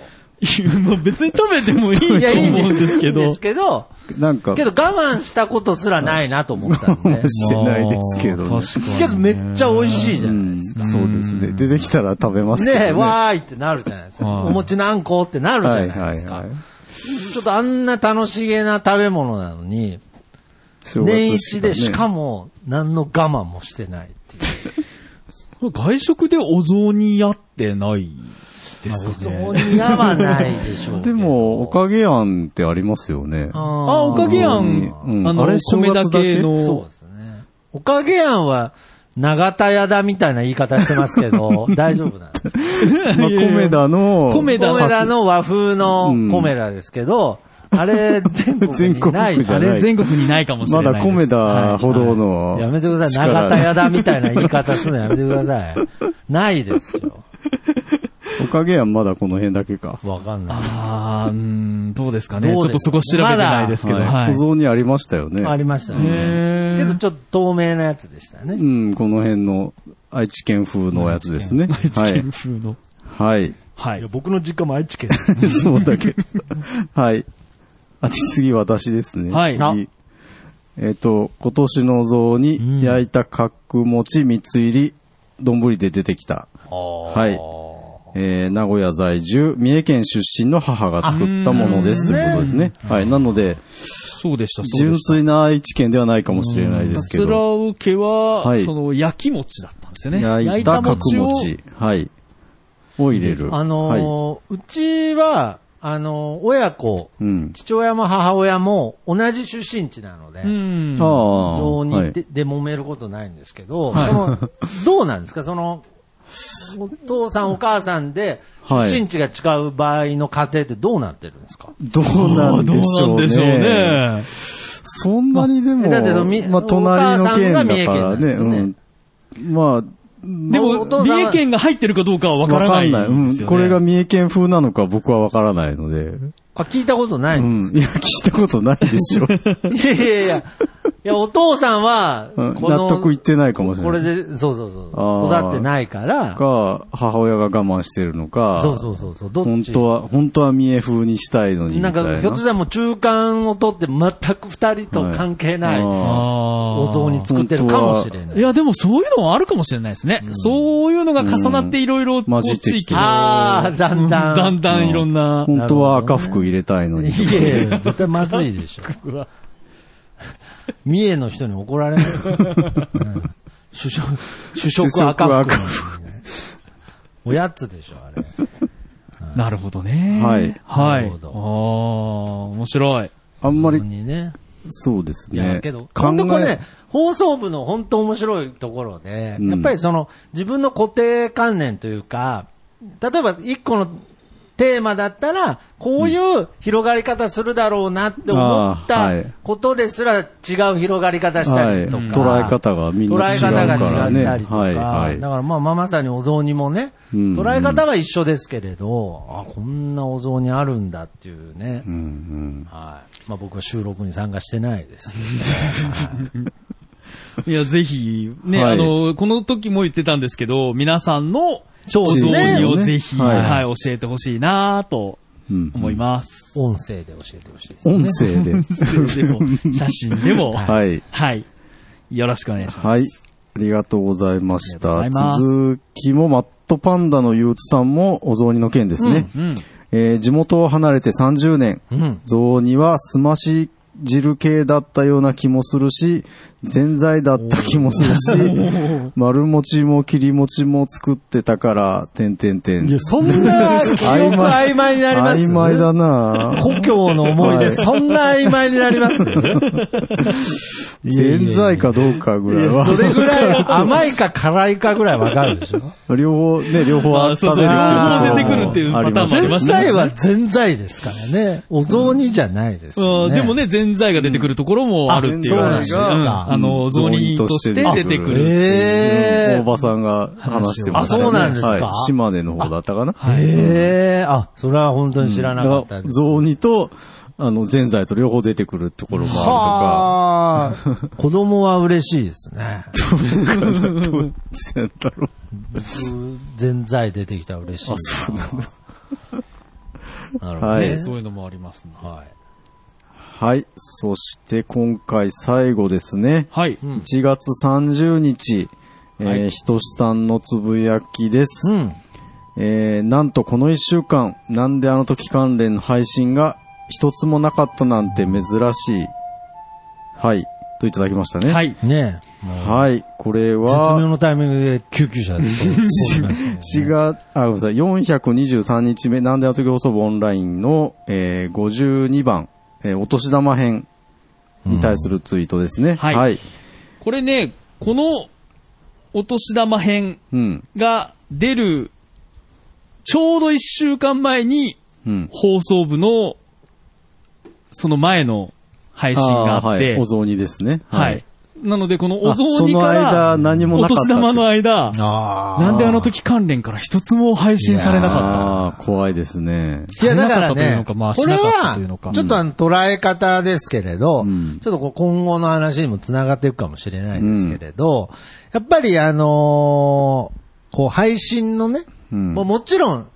まあ別に食べてもいいと
いや、いいん
思うん
で
ですす
いい
け
んで
ど
す。けど、
なんか、。
けど我慢したことすらないなと思ったんで
[laughs] してないですけどね
まあ確かに
けどめっちゃ美味しいじゃ
う
ない
ん
ですか。
そうですね。出てきたら食べますけど
ねえ、
ね。
わーいってなるじゃないですか。
はい
お餅何個ってなるじ
は
ゃ
い
ない
は
で
い
すか。
はい。
ちょっとあんな楽しげな食べ物なのに、
正月
年一でしか
も。
も何の我慢もしてないっていう。
外食でお雑煮屋ってないです
そ
ね。
こにやはないでしょうけ
で
ど。
も、おかげやんってありますよね。
あ、おかげやん。
うん
あの、
あれ
米だけ
そう
の
で。すね。おかげやんは、長田屋だみたいな言い方してますけど、大丈夫なんです。
まあ、コ
[laughs]
メダの、
コメダ
コメダの和風のコメダですけど、あれ、全国にない
全国じゃ
あ
ない
れ全国にないかもしれ
ま
ないで
だ
す。
コメダほどの、
やめてください。
力
長田屋だみたいな言い方するのやめてください。ないですよ。
おかげやんまだこの辺だけか。
わかんない。
ああ、うん、どうですかね。ち
ど
ょ
う
っ
で
とそ
す
こ調べてないですけど、
は
はいい
お。雑煮ありましたよね。
ありましたね。
へー
けどちょっと透明なやつでしたね。
うん、この辺の愛知県風のやつですね。
愛知
は
県
い。
風の。
はい。 [laughs]
はい。
僕の実家も愛知県。
そうだけど。はい。あ、次私ですね。
はい
次えっ、と、今年の像
うん
に焼いた角餅三つ入り、丼で出てきた。はい。えー、名古屋在住、三重県出身の母が作ったものです。と
あ
いうことですね。はい。なので、
そうでした、そうで
純
し
粋な愛知県ではないかもしれないで
た。
すけ
桂
ど。
尾家は、
はい
その、焼き餅だったんですよね。
焼いた
を
角餅。はい。を入れる。
あの
はい、
ーうちは、あのー親子、
うん。
父親も母親も同じ出身地なので、
うん。
ああ。
雑
は
煮
い
で,、で揉めることないんですけど、そのどうなんですかその、お父さんお母さんで
はい
出身地が違う場合の家庭ってどうなってるんですか、
どうなんでしょうね。
どうなんでし
そんなにでも、
だってみ
まあ、隣の県だからね。
お母さんが三重県なんですね
うん。まあ、
ょうね。で
お
も
お父、さん
三
は
重県が入ってるかどうかはわからないんですよ、ね
うん。これが、三重県風なのか僕はわからないので。
あ、聞いたことな
う
いんで
ん。いや、聞いたことないでし
[laughs]
ょ。
す。いやいやいや。いや、お父さんは、
うん
この
納得いってないかもしれない
これで、そうそうそう
あー
育ってないから、
か、母親が我慢してるのか。
そうそうそうそう、どっち
本当は、本当は三重風にしたいのにみた
ないん
な。
か、ひょっとしたらもう中間を取って全く二人と関係ない、
はいあー
お
お雑煮作ってるかもしれない。
いや、でもそういうのはあるかもしれないですね。そういうのが重なっていろいろ、
混じってきて
こう地域の
あーだんだん
だんだんいろんな。
本当は赤服入れたいのに。
いやいや、絶対まずいでしょ。三重の人に怒ら
[laughs]
れない。うん主食、主食
主
赤
食赤
服。おやつでしょ、あれ。
なるほどね。
はい
は。
ないる
ああ
ほ
ー、
ど
面白い。
あんま
本
り
当、にね。
そうです
いや、
ね。
けど、
考え
本当これね、放送部の本当面白いところで、
うん
やっぱりその、自分の固定観念というか、例えば一個のテーマだったら、こういう広がり方するだろうなって思っ
うんあ
た
ーはい
ことですら違う広がり方したりとか、
はい捉え方がみんな違う
捉え方
から
が
ね
違ったりとか、
はいはい
だからまあまあまさにお雑煮もね、
うん
捉え方は一緒ですけれど、あ、こんなお雑煮あるんだっていうね。
うんうん。
はい。まあ僕は収録に参加してない [laughs] ですけどね。
いや、ぜひ、ね、
はい
あの、この時も言ってたんですけど、皆さんの
そう
お
です
雑
ね
煮をぜひ、
はい
はい、教えてほしいなと
うん
思います。
音声で教えてほしいです。
音声
[laughs]
で。
でも、写真でも、
はい。
はい。よろしくお願いします。
はい。ありがとうございました。
ありがとうございます
続きも、マットパンダの憂鬱さんもお雑煮の件ですね。
うん。
えー地元を離れて30年、
うん。
雑煮はすまし汁系だったような気もするし、ぜんざいだった気もするし、丸餅も切り餅も作ってたから、てんてんてん。
いや、そんな記憶曖昧になります
曖昧だなぁ。
故郷の思い
は
出、
い
そんな曖昧になり [laughs] ます
ぜんざいかどうかぐらいは
そ。れぐ [laughs] らい甘いか辛いかぐらいわかるで [laughs] しょ
両方、ね、両方あ
あ
っ
そう
た
そう
両方出てくる
っていうパターンもあります
全財は全財ですからね。お雑煮じゃないですよ
うん
ね。
でもね、ぜんざいが出てくるところもあるっていう
あ
話。
ぜん
ざい
うん
が
あの、雑煮として出てく
う
る。
ん
え
おばさんが話してましたね。
あそうなんですか
はい島根の方だったかな。
え。ええ。あ、それは本当に知らなか
だ
っ
か
た
ら、
です。
雑煮と、あの、ぜんざいと両方出てくるところもあ
はあ。 [laughs] 子供は嬉しいですね。
るとか、どっちなんだろう。
全財出てきたら嬉しい。あ、そうなんだ。なるほど
は
ね
い。
そういうのもありますね。
はい。
はい。そして今回最後ですね。
はい。
1月30日、えー
はい
ひとしさんのつぶやきです。
うん。
えーなんとこの一週間、なんであの時関連の配信が一つもなかったなんて珍しい。はい。といただきましたね。。
はいい。
ねえ。
はい。これ
絶妙
は、
のタイミングで救急車で通り [laughs] ましたね
4月、あ、ごめんなさい、423日目、なんであの時放送部オンラインの、えー52番、えーお年玉編に対するツイートですね。
はい
はい。
これね、この、お年玉編
うん。
が出る、ちょうど一週間前に、
うん。
放送部の、その前の配信があっ
ー
て、
はい、お雑煮ですね。
はい。。なので、このお雑
あそ
煮
の
から
間、何も
お
なかったっ
年
てい
玉
う。
の間、
あー
なんであの時関連から一つも配信されなかっ
ああー、怖いですね。
いや、だから
されなかったという
ね、
のかまあ
これ
しなかったというの
は
か、
ちょっとあの、捉え方ですけれど、
うん
ちょっとこう今後の話にも繋がっていくかもしれないですけれど、やっぱりあのーこう、配信のね、
うん
もうもちろん、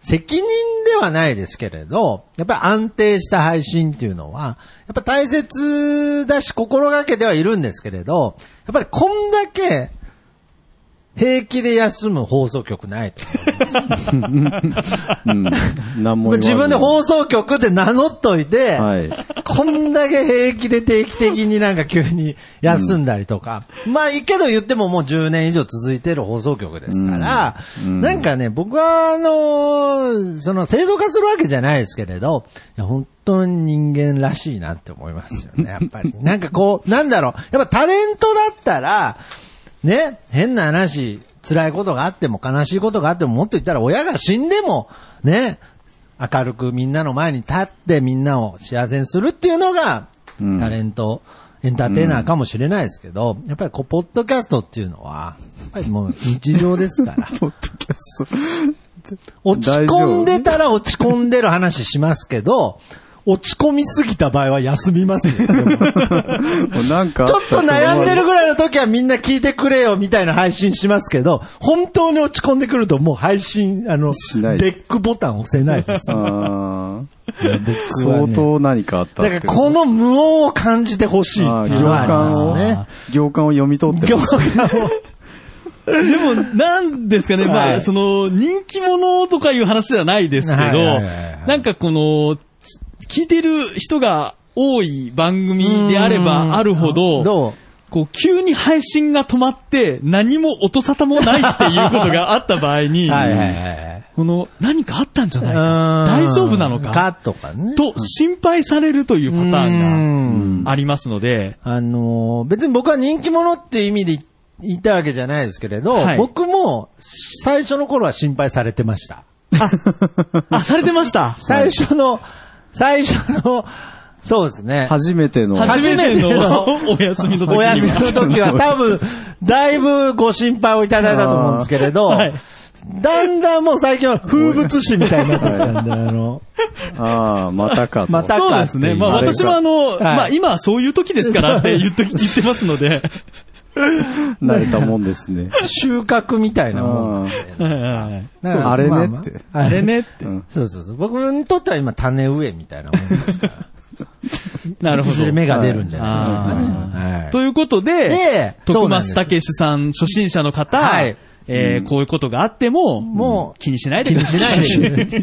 責任ではないですけれど、やっぱり安定した配信っていうのは、やっぱ大切だし心がけてはいるんですけれど、やっぱりこんだけ平気で休む放送局ない
[laughs]
と。
うん。何も言わず
自分で放送局で名乗っといて、
はい。
[laughs] こんだけ平気で定期的になんか急に休んだりとか。まあいいけど言ってももう10年以上続いてる放送局ですから、
うんうん
なんかね、僕はあのーその制度化するわけじゃないですけれど、いや本当に人間らしいなって思いますよ
[laughs]
ね、やっぱり。なんかこう、なんだろう、やっぱタレントだったら、ね、変な話、辛いことがあっても悲しいことがあってももっと言ったら親が死んでも、ね、明るくみんなの前に立ってみんなを幸せにするっていうのが、
うん
タレント、エンターテイナーかもしれないですけど、やっぱりこう、ポッドキャストっていうのは、やっぱりもう日常ですから。
ポッドキャスト。
落ち込んでたら落ち込んでる話しますけど、落ち込みすぎた場合は休みま
[laughs]
すよ。でも
もうなんかあ
ち
た
ょ
ら
っと悩んでるぐらいの時はみんな聞いてくれよみたいな配信しますけど、本当に落ち込んでくるともう配信、あの、
しない
ベックボタン押せないです。
[laughs] あー
僕は
相
ね
当何かあったって
だからこの無音を感じてほしい
あ
って
ー
いう
行
のはあり
間を、
ます
[laughs]
ね。
行間を読み取って
行
ほしい
間を。
た。でも、なんですかね、
は
ま
い
あ、その、人気者とかいう話ではないですけど、
はいはいはいはい
なんかこの、聞いてる人が多い番組であれ
うん
ばあるほど、
どう
こう、急に配信が止まって、何も音沙汰もないっていうことがあった場合に、
[laughs] はいはいはいはい。
この、何かあったんじゃないか、
大
大丈夫なのか、
かとかね。
と心配されるというパターン
うん
がありますの
[laughs]
で、
あのー別に僕は人気者っていう意味で言ったわけじゃないですけれど、
はい
僕も最初の頃は心配されてました。
あ、されてました。
最初の、最初の、そうですね。
初めての。
初めての
初
[laughs] お休みの時に。
お休みの時は多分、だいぶご心配をいただいたと思うんですけれど、
はい
だんだんもう最近は風物詩みたいになってきたんで、あの、
ああ、またかと。
また
そうですね。まあ
あれか
私もあの、まあ
はい
今はそういう時ですからって言っとき言ってますの
[laughs]
で、
慣れたもんですね。
収穫みたいなもん。
あ
だから
あれね
まま
って
あれね。
ねって
ーうん
そうそうそう。僕にとっては今種植えみたいなもんですから。
なるほ
いずれ芽
ど。
が出るんじゃないですかね。はい
ということで、
で
徳
そうなんで
松
す
武史さん初心者の方、
はい
えーこういうことがあっても、
もう
気にしないでください。
気にしないで
初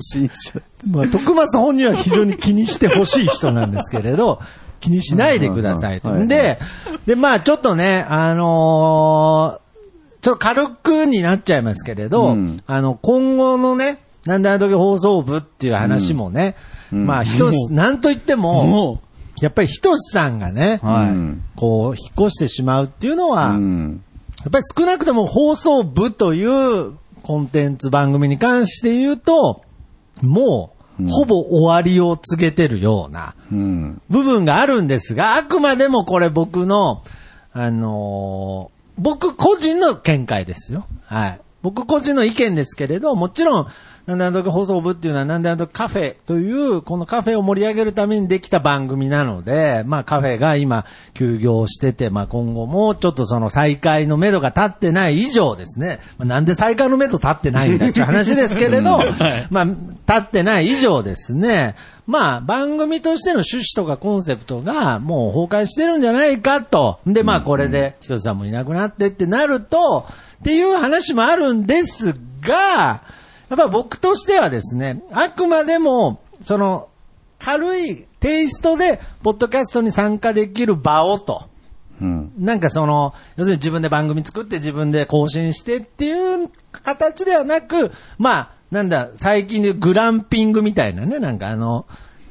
心者。
まあ、徳松本人は非常に気にしてほしい人なんですけれ
[laughs]
ど、気にしないでください
はいはいは
と。
い
で、で、まあ、ちょっとね、あのーちょっと軽くになっちゃいますけれど、
うん
あの、今後のね、なんであの時放送部っていう話もね、
うん
まあ、
うん
ひとし、なんと言っても、
も
やっぱりひとしさんがね
う、、はい。
うん
こう、引っ越してしまうっていうのは、
うん
やっぱり少なくとも放送部というコンテンツ番組に関して言うと、もう、ほぼ終わりを告げてるような
うん
部分があるんですが、あくまでもこれ僕の、あのー僕個人の見解ですよ。はい。僕個人の意見ですけれど、もちろん、なんであの時放送部っていうのは、なんであの時カフェという、このカフェを盛り上げるためにできた番組なので、まあカフェが今休業してて、まあ今後もちょっとその再開の目処が立ってない以上ですね、まあ、なんで再開の目処立ってないんだっていう話ですけれど、まあ立ってない以上ですね、まあ番組としての趣旨とかコンセプトがもう崩壊してるんじゃないかと。でまあこれでひとつさんもいなくなってってなると、っていう話もあるんですが、やっぱ僕としてはですね、あくまでも、その、軽いテイストで、ポッドキャストに参加できる場をと。
うん
なんかその、要するに自分で番組作って自分で更新してっていう形ではなく、まあ、なんだ、最近でグランピングみたいなね、なんかあの、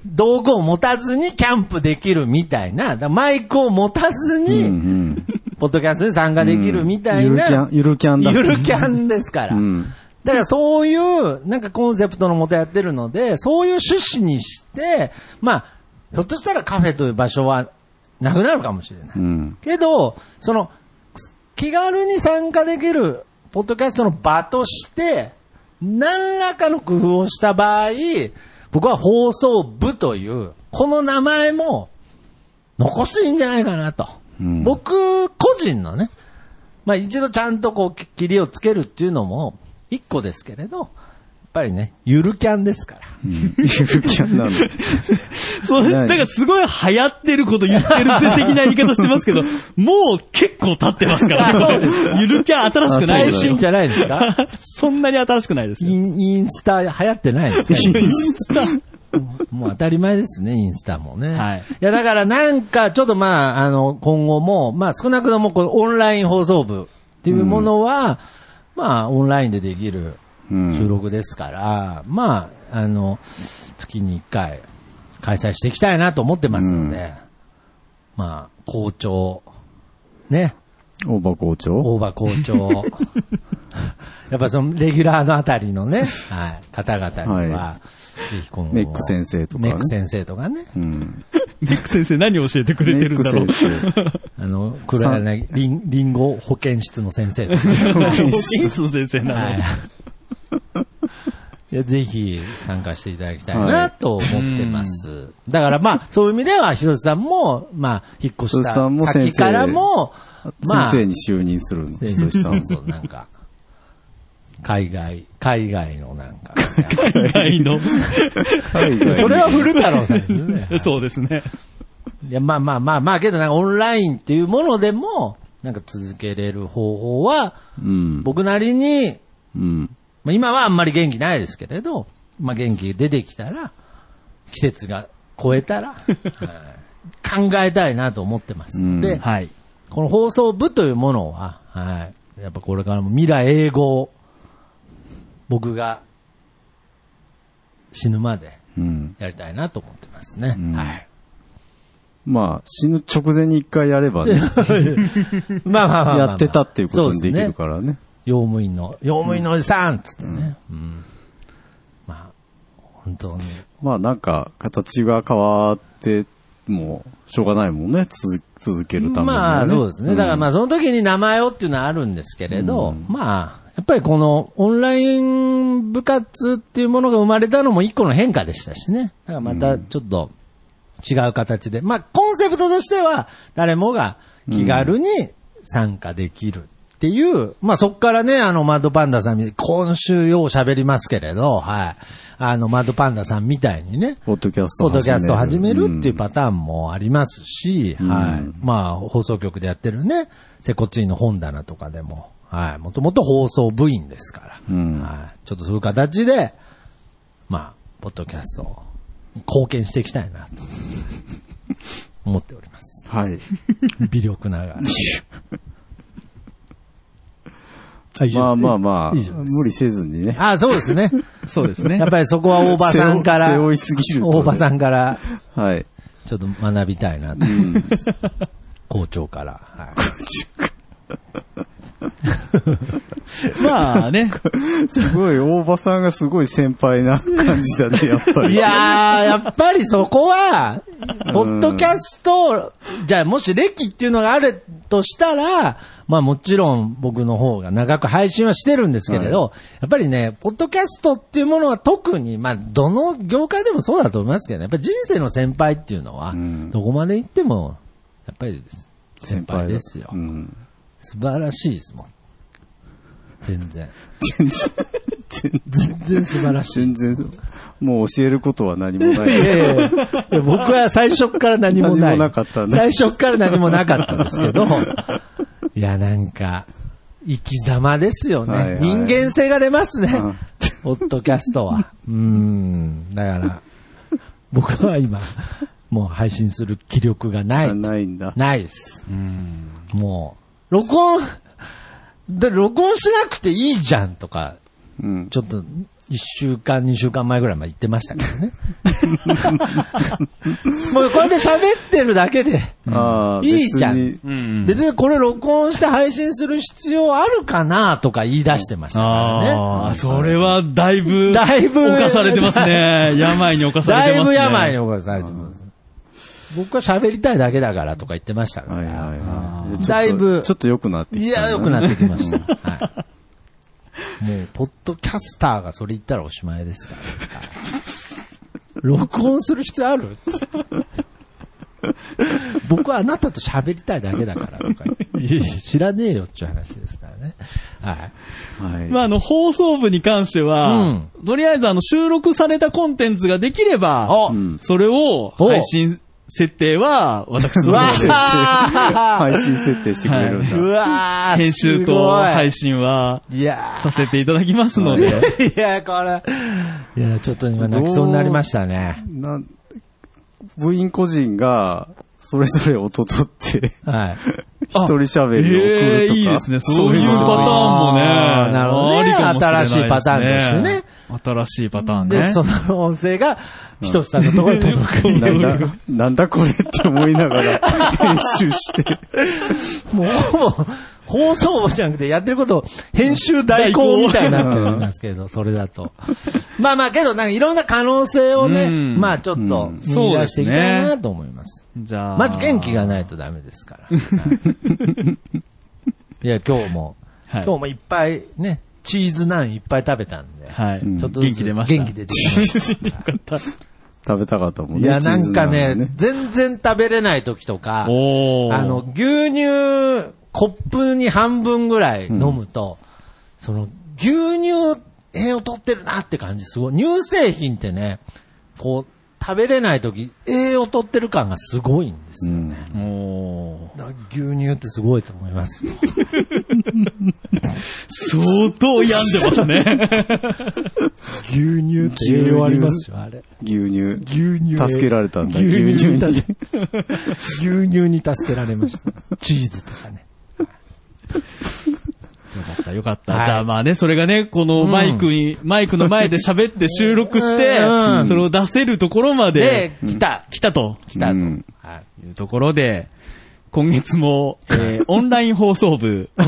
道具を持たずにキャンプできるみたいな、だからマイクを持たず
う
に、
ん
ポッドキャストに参加できるみたい
ゆる
な、
キャン、ゆるキャンだ。
ゆるキャンですから。
うん
だからそういう、なんかコンセプトのもとやってるので、そういう趣旨にして、まあ、ひょっとしたらカフェという場所はなくなるかもしれない。 [laughs]
うん
けど、その、気軽に参加できる、ポッドキャストの場として、何らかの工夫をした場合、僕は放送部という、この名前も残していいんじゃないかなと。
うん
僕、個人のね、まあ一度ちゃんとこう、き切りをつけるっていうのも、一個ですけれど、やっぱりね、ゆるキャンですから。
うんゆるキャンなんだ。
そうです。なんかすごい流行ってること言ってるぜ的な言い方してますけ
[laughs]
ど、もう結構経ってますから
あそうで
ね。ゆるキャン新しくないで
最
すよ
新じゃないで
[laughs]
すか
そんなに新しくないです
イ
よ。
ンインスタ流行ってないですか
インスタ
もう当たり前ですね、インスタもね。
はい
いや、だからなんか、ちょっとまあ、あの、今後も、まあ少なくともこのオンライン放送部っていうものは、まあ、オンラインでできる
うん
収録ですから、まあ、あの、月に1回開催していきたいなと思ってますので、
うん
まあ、校長、ね、
大場校長
大場校長。 [laughs] やっぱそのレギュラーのあたりのね、はい、方々には、
は
ぜひ今後
メック先生とかね
メック先生とかね。
うん
メック先生何教えてくれてるんだろう
メ。ック
あの、黒柳りん、りんご保健室の先生とかね
保健室の先生なのに。
[laughs] はい。いや、ぜひ参加していただきたい
は
ないと思ってます。だからまあ、そういう意味では、ひとしさんも、まあ、引っ越し
ひとしさ
た
んも先生
先からも、まあ、
先生に就任するの。
で
ひとしさん
そうそうなんか、海外、海外のなんか。
海外の。
海外に
[laughs] それは古太郎さんですね。
[laughs] そうですね。
[laughs] いや、まあまあまあまあ、けどなんかオンラインっていうものでも、なんか続けれる方法は、
うん。
僕なりに、
うん。
まあ、今はあんまり元気ないですけれど、まあ元気出てきたら、季節が超え [laughs] たら、はい考えたいなと思ってますので、
うん
はい。
この放送部というものは、はい。やっぱこれからも未来永劫、僕が死ぬまで
うん。
やりたいなと思ってますね。
うん
はい。
まあ、死ぬ直前に一回やれば
[laughs]
ね、
まあまあまあまあまあ
やってたっていうことにでき
そう
る
すね
からね。
用務員の、用務員のおじさんっつってね。うん。まあ、本当に。
まあなんか、形が変わって、もう、しょうがないもんね、続続けるためにはね。
まあ、そうですね。だから
ん
まあ、その時に名前をっていうのはあるんですけれど、
うん
まあ、やっぱりこのオンライン部活っていうものが生まれたのも一個の変化でしたしね。だからまたちょっと違う形で。まあ、コンセプトとしては、誰もが気軽に参加できる。っていう、まあ、そっからね、あの、マッドパンダさんみたいに、今週よう喋りますけれど、はい。あの、マッドパンダさんみたいにね、
ポッドキャスト
ポッドキャストを始めるっていう
パ
パターンもありますし、
ん
は
うん
い。まあ、放送局でやってるね、セコツイの本棚とかでも、はい。もともと放送部員ですから。
うん
はい。ちょっとそういう形で、まあ、ポッドキャストに貢献していきたいな
[laughs]
と思っております。
はい。
微力ながら。あ以上
まあまあまあ
以上、です
無理せずにね。
あそうですね。
そうですね
やっ。ぱりそこは大場さんか
背
ら、
負いすぎるとね
大場さんから、
はい。
ちょっと学びたいなと。校長から。はい
[laughs] まあね。
すごい、大場さんがすごい先輩な感じだね、やっぱり。
いやー、やっぱりそこは、ポッドキャスト、じゃあもし歴っていうのがあるとしたら、まあもちろん僕の方が長く配信はしてるんですけれど、やっぱりね、ポッドキャストっていうものは特に、まあどの業界でもそうだと思いますけどね、やっぱり人生の先輩っていうのは、
ん
どこまで行っても、やっぱり先輩
だ
ですよ
う。ん。
素晴らしいですもん。全然。
全然、全然、
全然素晴らし
全
い。
然、もう教えることは何もない
や
い。
[laughs] いやいや僕は最初から何もない。
何もなかったんだ
最初から何もなかったんですけど、いや、なんか、生き様ですよね。
はいはい
人間性が出ますね
うん。
ポッドキャストは。うーん。だから、僕は今、もう配信する気力がない。
ないんだ。
ないです。もう、録音、 [laughs] で、録音しなくていいじゃんとか、
うん。
ちょっと、一週間、二週間前ぐらいまで言ってましたけど
[laughs]
ね。もうこれで喋ってるだけで、
ああ、
いいじゃん
別に
うん。
別にこれ録音して配信する必要あるかなとか言い出してましたから
ああ、
ね。
それはだいぶ、
だいぶ
犯されてます
[laughs]
ね。病に犯され
だ
て
い
ます
ぶ
ね。
病に侵されてます。僕は喋りたいだけだからとか言ってましたから。
はいはいはいちょっと。
だいぶ
ちょっと良くなって
い
きた。
や、良くなってきました。はい。もう、ポッドキャスターがそれ言ったらおしまいですから、録音する必要ある [laughs] つって僕はあなたと喋りたいだけだからとか、いやいや知らねえよっていう話ですからね。はい。
はい。
まあ、あの、放送部に関しては、とりあえずあの、収録されたコンテンツができれば、
お
うん
それを配信設定は、私
う
の
[laughs] わ
方で
ー
配信設定してくれる
うん
だ。
わー
編集と配
信。
信はい
や
させていただきますので、
ー。いやー、これ。いやー、ちょっと今泣きそうになりましたね。
なん部員個人が、それぞれ音取って、
はい。
一人喋りを送るとか。
ええいいですね。そういうパターン
のも
もね。
あーなるほどね
ありかもれなです
新しいパターンとしてね。
新しいパターンね。
で、その音声が、ひとつさんのところ
[laughs]
に届く。
なんだ、なんだこれって思いながら編集して。
もう、ほぼ、放送部じゃなくて、やってること、編集代行みたいになってるんですけど、それだと。まあまあ、けど、なんかいろんな可能性をね、
うん
まあちょっと、見出していきたいなと思います。
じゃあ。
まず元気がないとダメですから。はいいや、今日も、
はい
今日もいっぱいね、チーズナンいっぱい食べたんで、
はい。
ん
ちょっとず
元
つ
気出ました。
元気出てきまし
[laughs]
た。
食べたかったもん
い
ね。
や、
チ
な
ー
ん
ズ
か
ナ
ね
ンが、
全然食べれない時とか、
おー。
あの、、牛乳、コップに半分ぐらい飲むと、その、牛乳栄養取ってるなって感じすごい。乳製品ってね、こう、食べれない時、栄養取ってる感がすごいんですよ。
うん
おー。
だから牛乳ってすごいと思いますよ。
相当病んでます [laughs] ね。
牛乳って
栄養あります
よ、あれ。
牛乳。
牛乳
助けられたんだ、牛乳に。
牛乳に助けられました。チーズとかね。
よかった、よかった。
はい
じゃあまあね、それがね、このマイクに、マイクの前で喋って収録して、
[laughs] うん
それを出せるところまで
で、、来た。
来たと
来た
う
と。
ん
はい。
いうところで、今月も、
[laughs]
えーオンライン放送部、 [laughs]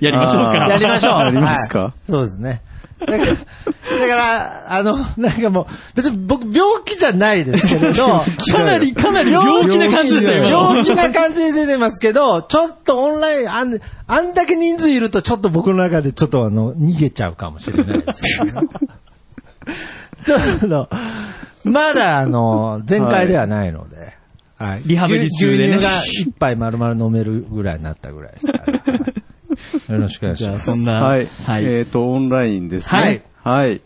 やりましょう
あ
か。
ー
やりましょう。
ありますか
はいそうですね。だから、だから、あの、なんかもう、別に僕病気じゃないですけれど、
かなり、かなり病気な感じでしたよ、今の。
病気な感じで出てますけど、ちょっとオンライン、あん、あんだけ人数いるとちょっと僕の中でちょっとあの、逃げちゃうかもしれないですけど、ね、ちょっとあの、まだあの、全開ではないので、はい。
リハビリ中でね
牛牛乳が一杯丸々飲めるぐらいになったぐらいですから。はいよろしくお願いし
じゃ
ま
あ、
す。
そんな、
はい。
はい。
えっと、オンラインですね。はい。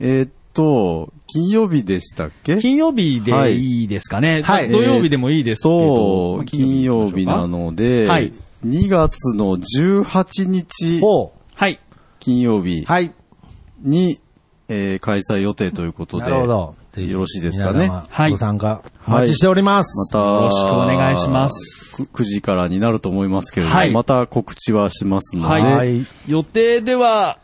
えっと、金曜日でしたっけ
金曜日でいいですかね。
はい
土曜日でもいいですけど。
そう、金曜日なので、
はい
2月の18日
ほ
はい。
金曜日
う。はい。
に、えー開催予定ということ
な
で。
るほど。ぜひ
よろしいですかね
皆様
はい
ご参加、お
はい
待ちしておりま。
ますた、
よろしくお願いします
く。9時からになると思いますけれども、
はい
また告知はしますので、
はい
はい。
予定では、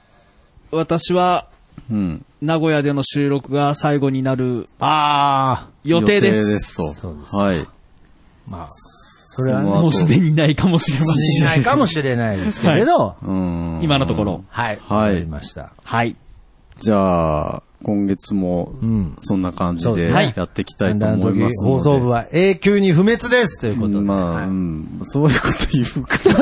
私は、
うん、
名古屋での収録が最後になる
あ
予定です。
と。
そうです
はい。
あ、まあ、それは
その
ね、
もうすでにないかもしれま
し
せん。
ないかもしれないですけれど、
うん。
今のところ。
はい。
はい
わかりました。
はい。
じゃあ、今月も
ん、
そんな感じ
そうで
です
ね
やっていきたいと思いますので。
放送部は永久に不滅ですということで。
まあ、
は
うん、そういうこと言うか。
[laughs] いこ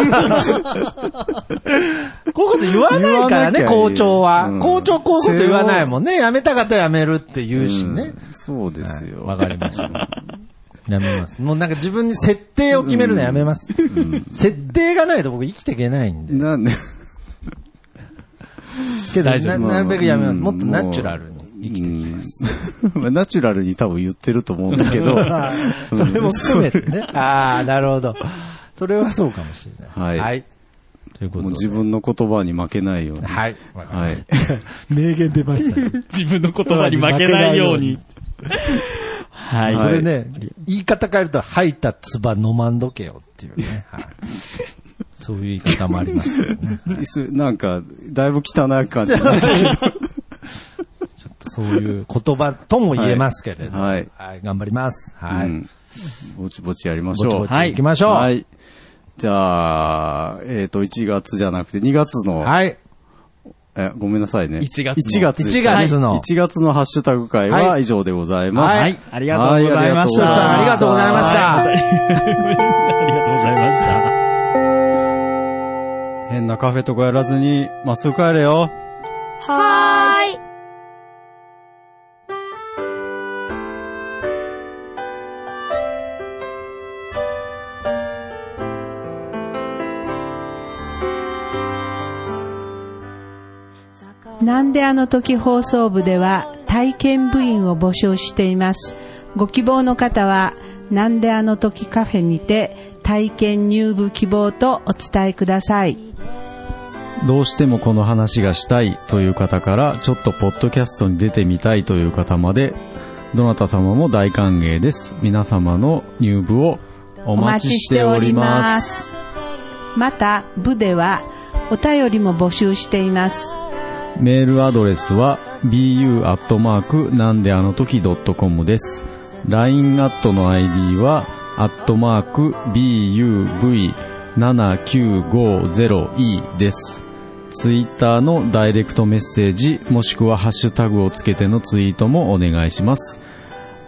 ういうこと言わないからね、
言わなきゃいい
校長は。
うん
校長こういうこと言わないもんね。やめたかったらやめるって言うしね。
うんそうですよ。
わかりました。やめます。もうなんか自分に設定を決めるのやめます。設定がないと僕生きていけないんで。
なんで、
けど
大丈
な
夫
なるべくやめます。
うん
もっとナチュラルに生きていきま
[laughs]
す。。
まあナチュラルに多分言ってると思うんだけど
それも含め
[laughs]
てね。ああ、なるほど。それはそうかもしれないです。
はい
というこ
うんも
と
う
で
自。分の言葉に負けないように。
はい。わかりま
はい。 [laughs]
した名言出ましたね。
[laughs] 自分の言葉に負けないように。はい。
それね、言い方変えると、吐いた唾飲まんどけよっていうね。はいそういう言い方もありますよね。
椅子なんか、だいぶ汚い感じになってき
そういう言葉とも言えますけれど。
はい
はい。頑張ります。
た。
は
う
い。
んぼちぼちやりまし
ぼち
ょ
ぼ
う。
ち行きましょう。
は
はい。
い。じゃあ、えっ、と、1月じゃなくて2月の、えごめんなさいね。
1月の
1月でし
1
た。
月の。
1月のハッシュタグ会は以上でございます。
はい。ありがとうございまし
はい
た。
ありがとうございました
はい [laughs] ありがとうございました。
変なカフェとかやらずに、まっすぐ帰れよ。
はーい。
なんであの時放送部では体験部員を募集しています。ご希望の方は、なんであの時カフェにて体験入部希望とお伝えください。
どうしてもこの話がしたいという方から、ちょっとポッドキャストに出てみたいという方まで、どなた様も大歓迎です。皆様の入部をお待ちしております。
す。また、部ではお便りも募集しています。
メールアドレスは bu アットマークなんであの時 .com です。LINE アットの ID はアットマーク buv7950e です。ツイッターのダイレクトメッセージもしくはハッシュタグをつけてのツイートもお願いします。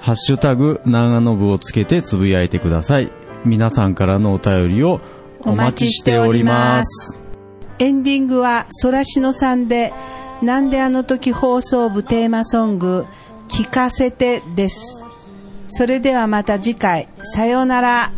ハッシュタグ長野部をつけてつぶやいてください。皆さんからのお便りをお待ちしております。
エンディングはソラシノさんで、なんであの時放送部テーマソング、聞かせてです。それではまた次回、さようなら。